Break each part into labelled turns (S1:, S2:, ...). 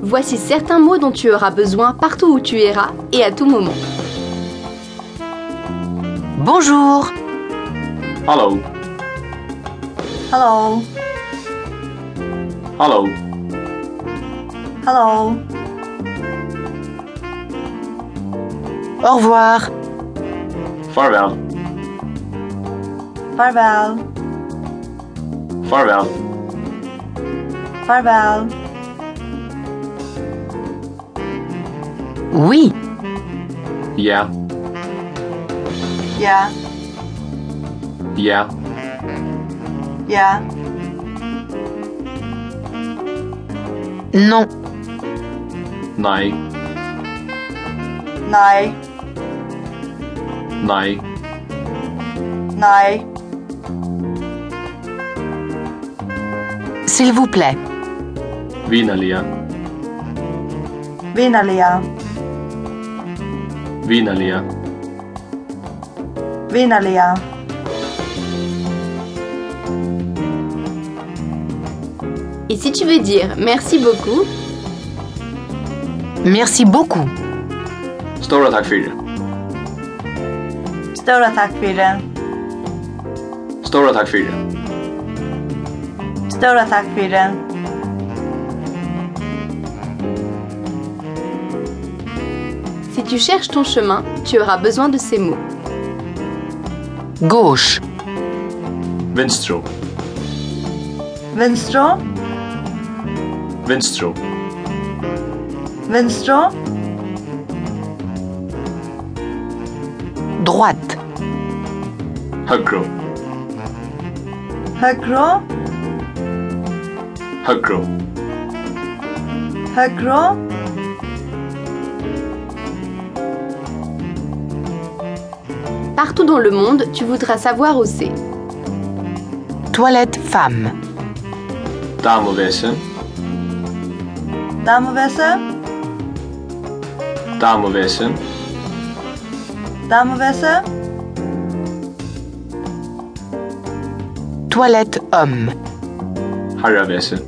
S1: Voici certains mots dont tu auras besoin partout où tu iras et à tout moment.
S2: Bonjour.
S3: Hallo,
S4: Hello,
S3: hallo,
S4: hello,
S2: Au revoir.
S3: vaarwel,
S4: farewell,
S3: vaarwel,
S4: farewell,
S2: Oui.
S3: ja,
S4: yeah,
S3: ja,
S4: yeah,
S2: Non.
S3: nee,
S4: nay,
S3: nee,
S4: nay,
S2: S'il vous plaît.
S3: wienerlia,
S4: vinalia,
S3: wienerlia,
S4: vinalia,
S1: Et si tu veux dire merci beaucoup,
S2: Merci beaucoup.
S3: stora tack för det,
S4: stora tack för det,
S3: stora tack för det,
S4: stora tack för det,
S1: si tu cherches ton chemin, tu auras besoin de ces mots.
S2: Gauche.
S3: vinstro,
S4: vänstro,
S3: vinstro,
S4: vänstro,
S2: Droite.
S3: högro,
S4: högro,
S3: högro,
S4: högro,
S1: Partout dans le monde, tu voudras savoir où c'est.
S2: Toilette femme.
S3: damoväsen,
S4: damovese,
S3: damoväsen,
S4: damovese,
S2: Toilette homme.
S3: herraväsen,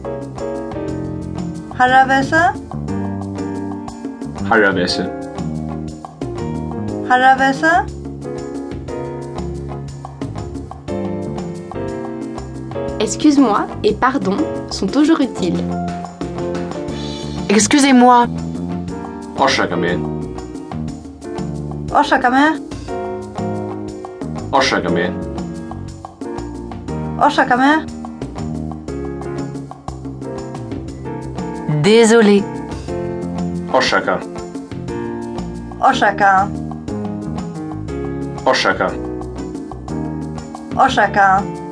S4: herravese,
S3: herraväsen,
S4: herravese,
S1: Excuse-moi et pardon sont toujours utiles.
S2: Excusez-moi.
S3: orsaka mig,
S4: orsaka mig,
S3: orsaka mig,
S4: orsaka mig,
S2: Désolé.
S3: orsaka,
S4: orsaka,
S3: orsaka,
S4: orsaka,